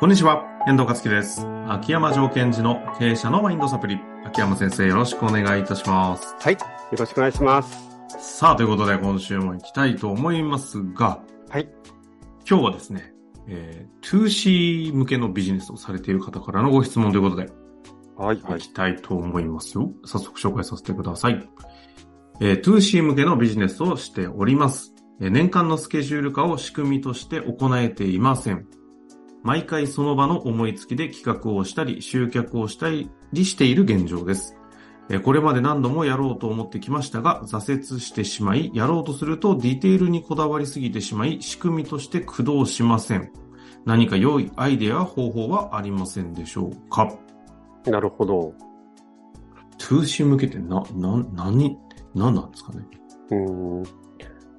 こんにちは、遠藤克樹です。秋山条件時の経営者のマインドサプリ。秋山先生、よろしくお願いいたします。はい、よろしくお願いします。さあ、ということで今週も行きたいと思いますが、はい。今日はですね、えー、2C 向けのビジネスをされている方からのご質問ということで、はい、はい。行きたいと思いますよ。早速紹介させてください。えー、2C 向けのビジネスをしております。年間のスケジュール化を仕組みとして行えていません。毎回その場の思いつきで企画をしたり、集客をしたりしている現状です。これまで何度もやろうと思ってきましたが、挫折してしまい、やろうとするとディテールにこだわりすぎてしまい、仕組みとして駆動しません。何か良いアイデア、方法はありませんでしょうかなるほど。通信向けてな、な、何、何なんですかねうん。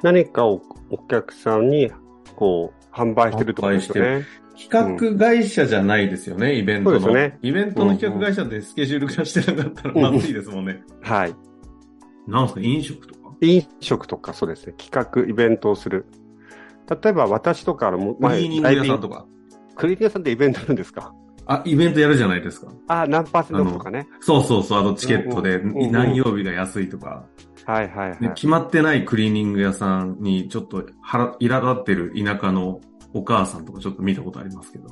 何かをお客さんに、こう、販売してるところですよね。企画会社じゃないですよね、うん、イベントの。そうですね。イベントの企画会社でスケジュール化してなかったらまずいですもんね。はい。なんすか、飲食とか飲食とか、そうですね。企画、イベントをする。例えば私とかの前、クリーニング屋さんとか。クリーニング屋さんってイベントあるんですかあ、イベントやるじゃないですか。あ、何パーセントとかね。そうそうそう、あのチケットで何曜日が安いとか。はいはいはい。決まってないクリーニング屋さんにちょっと腹、苛立ってる田舎のお母さんとかちょっと見たことありますけど、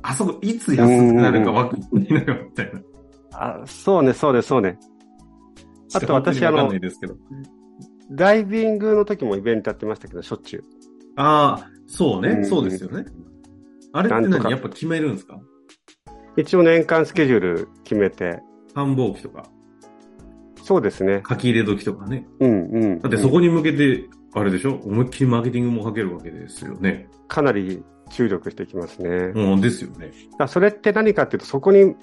あそこいつ安くなるかわかんないのよ、みたいな。あ、そうね、そうね、そうね。あと私、あの、ダイビングの時もイベントやってましたけど、しょっちゅう。ああ、そうね、そうですよね。あれって何やっぱ決めるんですか一応年間スケジュール決めて。繁忙期とか。そうですね。書き入れ時とかね。うんうん。だってそこに向けて、あれでしょ思いっきりマーケティングもかけるわけですよね。かなり注力してきますね。うん、ですよね。だそれって何かっていうと、そこに、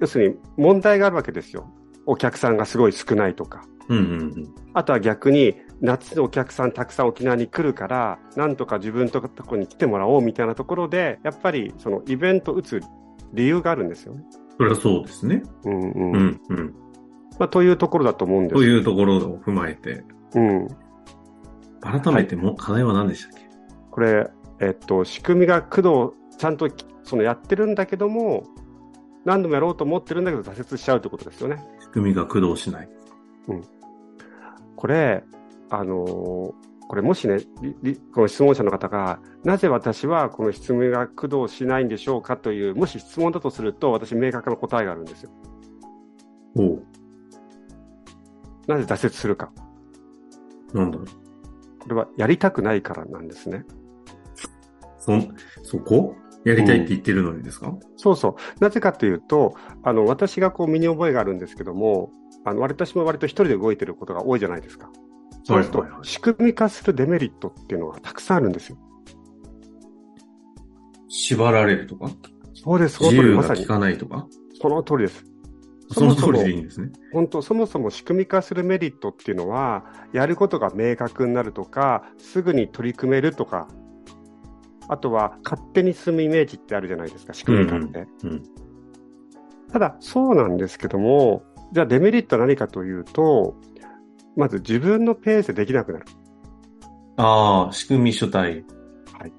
要するに問題があるわけですよ。お客さんがすごい少ないとか。うんうんうん。あとは逆に、夏お客さんたくさん沖縄に来るから、なんとか自分とかとこに来てもらおうみたいなところで、やっぱりそのイベント打つ理由があるんですよね。それはそうですね。。うんうんうんうん。まあ、というところだと思うんですというところを踏まえて。うん。改めても、はい、課題は何でしたっけこれ、えっと、仕組みが工藤、ちゃんとそのやってるんだけども、何度もやろうと思ってるんだけど、挫折しちゃうってことですよね。仕組みが工藤しない。うん。これ、あのー、これもしね、この質問者の方が、なぜ私はこの質問が工藤しないんでしょうかという、もし質問だとすると、私、明確な答えがあるんですよ。おなぜ挫折するか。なんだろう。これはやりたくないからなんですね。そ、そこやりたいって言ってるのにですか、うん、そうそう。なぜかというと、あの、私がこう身に覚えがあるんですけども、あの、私も割と一人で動いてることが多いじゃないですか。そうすると、仕組み化するデメリットっていうのがたくさんあるんですよ。縛られるとかそうです、その通り。まさに。効かないとかその通りです。その通りでいいんですね。本当、そもそも仕組み化するメリットっていうのは、やることが明確になるとか、すぐに取り組めるとか、あとは勝手に進むイメージってあるじゃないですか、仕組み化って。うんうん、ただ、そうなんですけども、じゃあデメリットは何かというと、まず自分のペースでできなくなる。ああ、仕組み主体。はい。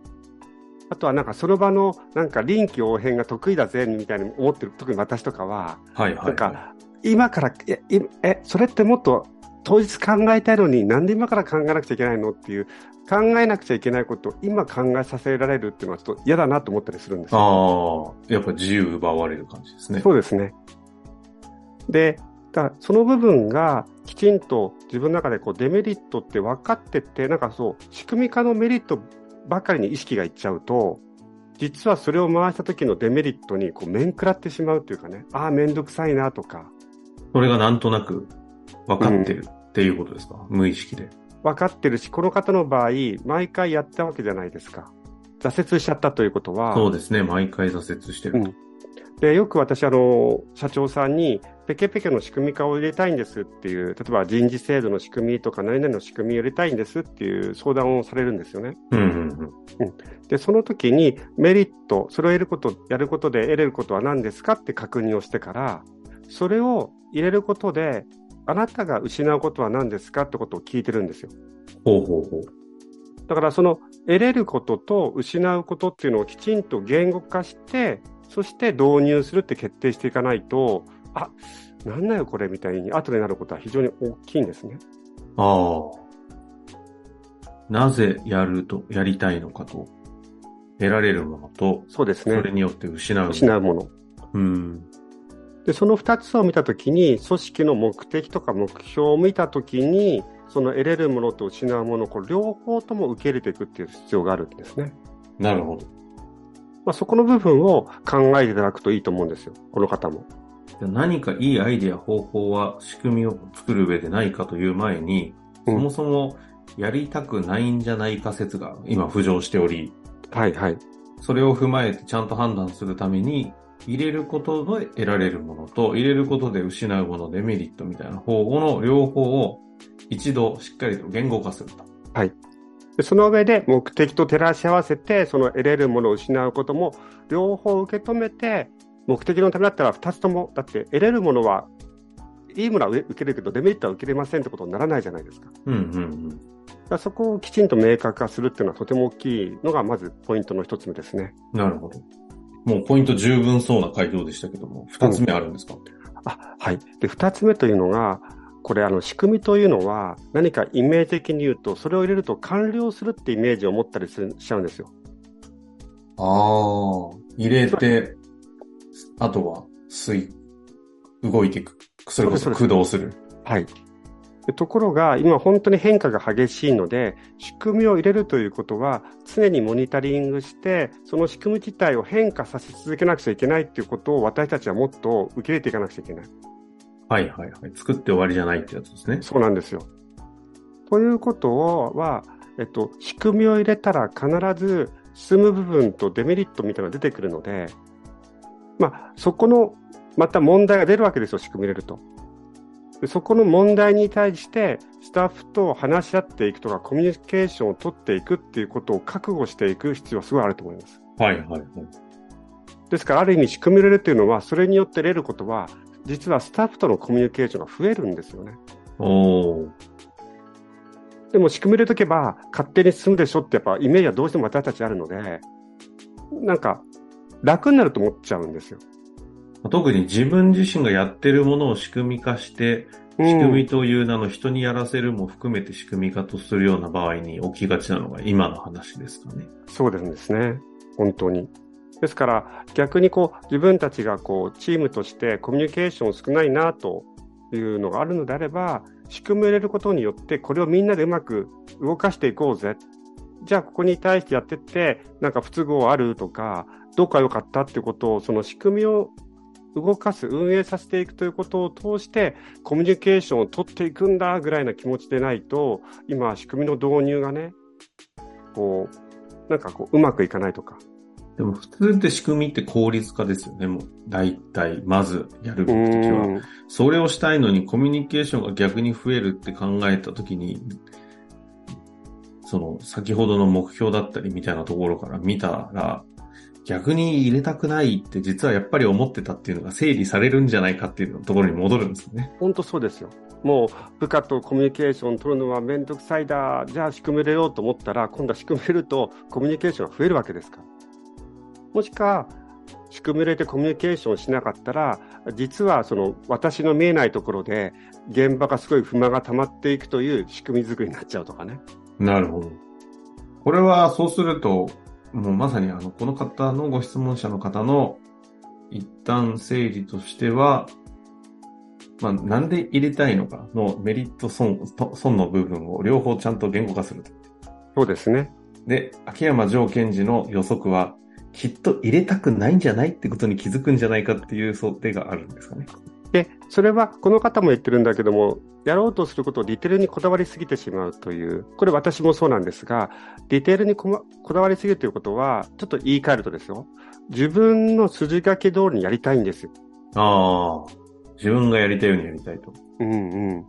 あとはなんかその場のなんか臨機応変が得意だぜみたいに思ってる、特に私とかは、はいはい、はい、なんか今からえ、え、それってもっと当日考えたいのになんで今から考えなくちゃいけないのっていう、考えなくちゃいけないことを今考えさせられるっていうのはちょっと嫌だなと思ったりするんですああ、やっぱ自由奪われる感じですね。そうですね。で、だその部分がきちんと自分の中でこうデメリットって分かってて、なんかそう、仕組み化のメリットばかりに意識がいっちゃうと、実はそれを回した時のデメリットにこう面食らってしまうというかね、ああ、めんどくさいなとか。それがなんとなく分かってる、うん、っていうことですか、無意識で。分かってるし、この方の場合、毎回やったわけじゃないですか。挫折しちゃったということは。そうですね、毎回挫折してる、うんで、よく私、あの、社長さんに、ペケペケの仕組み化を入れたいんですっていう、例えば人事制度の仕組みとか、何々の仕組みを入れたいんですっていう相談をされるんですよね。、うんうんうんで、その時にメリット、それを得ること、やることで得れることは何ですかって確認をしてから、それを入れることで、あなたが失うことは何ですかってことを聞いてるんですよ。ほうほうほう。だからその得れることと失うことっていうのをきちんと言語化して、そして導入するって決定していかないと、あなんだよこれみたいに後でなることは非常に大きいんですね。ああ。なぜやると、やりたいのかと、得られるものと、そうですそれね。によって失うもの。失うもの。うん。で、その2つを見たときに、組織の目的とか目標を見たときに、その得れるものと失うもの、これ両方とも受け入れていくっていう必要があるんですね。なるほど。まあ、そこの部分を考えていただくといいと思うんですよ。この方も。じゃあ何かいいアイデア、方法は、仕組みを作る上でないかという前に、うんそもそもやりたくないんじゃないか説が今浮上しており、はいはい。それを踏まえてちゃんと判断するために、入れることで得られるものと、入れることで失うもの、デメリットみたいな方法の両方を一度しっかりと言語化すると。でその上で目的と照らし合わせて、その得れるものを失うことも両方受け止めて、目的のためだったら2つとも、だって得れるものは、いいものは受けるけど、デメリットは受けれませんってことにならないじゃないですか。だかうんうんうん。らそこをきちんと明確化するっていうのはとても大きいのが、まずポイントの一つ目ですね。なるほど。もうポイント十分そうな回答でしたけども、二つ目あるんですか、あ、はい。で、2つ目というのが、これ、あの、仕組みというのは、何かイメージ的に言うと、それを入れると完了するってイメージを持ったりするしちゃうんですよ。ああ。入れて、あとは、水、動いていく。それこそ駆動する。はい。でところが、今本当に変化が激しいので、仕組みを入れるということは、常にモニタリングして、その仕組み自体を変化させ続けなくちゃいけないっていうことを、私たちはもっと受け入れていかなくちゃいけない。はいはいはい。作って終わりじゃないってやつですね。そうなんですよ。ということは、えっと、仕組みを入れたら必ず進む部分とデメリットみたいなのが出てくるので、まあ、そこの、また問題が出るわけですよ、仕組み入れると。でそこの問題に対して、スタッフと話し合っていくとか、コミュニケーションを取っていくっていうことを覚悟していく必要はすごいあると思います。はいはいはい。ですから、ある意味仕組み入れるっていうのは、それによって得ることは、実はスタッフとのコミュニケーションが増えるんですよね。おー。でも仕組み入れとけば勝手に進むでしょってやっぱイメージはどうしても私たちあるので、なんか楽になると思っちゃうんですよ。特に自分自身がやってるものを仕組み化して、仕組みうんという名の人にやらせるも含めて仕組み化とするような場合に起きがちなのが今の話ですかね。そうなんですね。本当に。ですから逆にこう自分たちがこうチームとしてコミュニケーション少ないなというのがあるのであれば、仕組みを入れることによってこれをみんなでうまく動かしていこうぜ。じゃあここに対してやってって、なんか不都合あるとか、どうか良かったっていうことを、その仕組みを動かす、運営させていくということを通して、コミュニケーションを取っていくんだぐらいな気持ちでないと、今、仕組みの導入がね、こう、なんかこう、うまくいかないとか。でも普通って仕組みって効率化ですよね。もう大体、まずやるう目的は。ん。それをしたいのにコミュニケーションが逆に増えるって考えたときに、その先ほどの目標だったりみたいなところから見たら、逆に入れたくないって実はやっぱり思ってたっていうのが整理されるんじゃないかっていうところに戻るんですよね。本当そうですよ。もう、部下とコミュニケーション取るのはめんどくさいだ。じゃあ、仕組み入れようと思ったら、今度は仕組み入れると、コミュニケーションが増えるわけですから。もしか、仕組み入れてコミュニケーションしなかったら、実はその私の見えないところで、現場がすごい不満が溜まっていくという仕組み作りになっちゃうとかね。なるほど。これはそうすると、もうまさにあの、この方のご質問者の方の一旦整理としては、まあ、なんで入れたいのかのメリット損、と損の部分を両方ちゃんと言語化すると。そうですね。で、秋山城賢治の予測は、きっと入れたくないんじゃないってことに気づくんじゃないかっていう想定があるんですかね。で、それはこの方も言ってるんだけども、やろうとすることをディテールにこだわりすぎてしまうという、これ私もそうなんですが、ディテールにこ,、こだわりすぎるということは、ちょっと言い換えるとですよ、自分の筋書き通りにやりたいんですよ。ああ、自分がやりたいようにやりたいと。うんうん。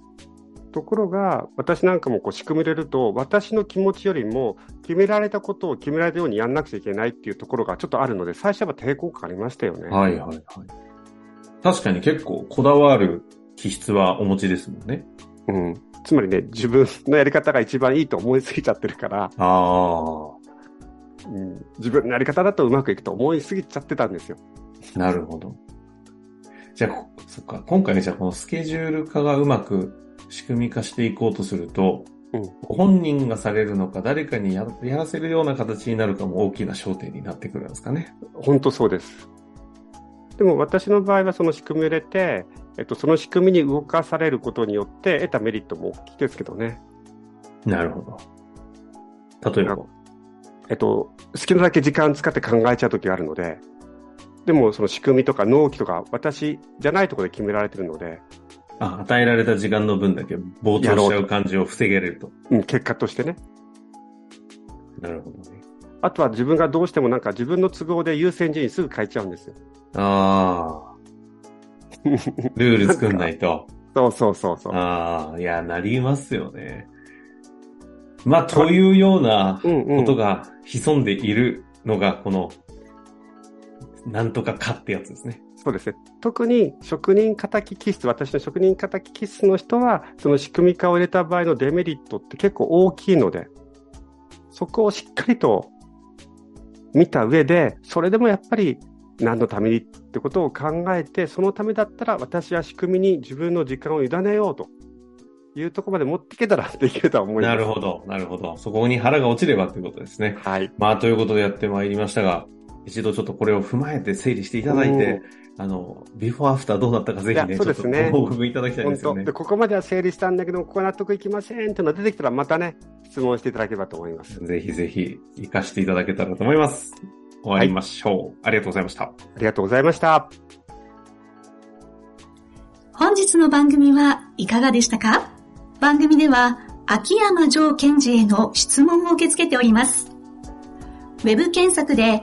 ところが、私なんかもこう仕組み入れると、私の気持ちよりも、決められたことを決められたようにやんなくちゃいけないっていうところがちょっとあるので、最初は抵抗感ありましたよね。はいはいはい。確かに結構こだわる気質はお持ちですもんね。うん、つまりね、自分のやり方が一番いいと思いすぎちゃってるから、ああ、うん、自分のやり方だとうまくいくと思いすぎちゃってたんですよ。なるほど。じゃあ、こそっか、今回ね、じゃあこのスケジュール化がうまく仕組み化していこうとすると、うんご本人がされるのか、誰かにややらせるような形になるかも大きな焦点になってくるんですかね。本当そうです。でも私の場合はその仕組みを入れて、えっと、その仕組みに動かされることによって得たメリットも大きいですけどね。なるほど。例えば、えっと、好きなだけ時間使って考えちゃうときがあるので、でもその仕組みとか納期とか私じゃないところで決められてるので、あ、与えられた時間の分だけ冒頭しちゃう感じを防げれると。うん、結果としてね。なるほどね。あとは自分がどうしてもなんか自分の都合で優先順位すぐ変えちゃうんですよ。ああ。ルール作んないと。そうそうそうそう。ああ、いや、なりますよね。まあ、というようなうんうことん。が潜んでいるのが、この、なんとかかってやつですね。そうですね。特に職人敵気質、私の職人敵気質の人は、その仕組み化を入れた場合のデメリットって結構大きいので、そこをしっかりと見た上で、それでもやっぱり何のためにってことを考えて、そのためだったら私は仕組みに自分の時間を委ねようというところまで持っていけたらできるとは思います。なるほど、なるほど。そこに腹が落ちればということですね。はい。まあ、ということでやってまいりましたが、一度ちょっとこれを踏まえて整理していただいて、あの、ビフォーアフターどうだったかぜひいね、やちそょうっでとすごね報告いただきたいで本すよ当ねで。ここまでは整理したんだけど、ここは納得いきませんっていうのが出てきたら、またね、質問していただければと思います。ぜひぜひ、活かしていただけたらと思います。終わりましょう。ありがとうございました。ありがとうございました。本日の番組はいかがでしたか番組では秋山城賢治への質問を受け付けております。ウェブ検索で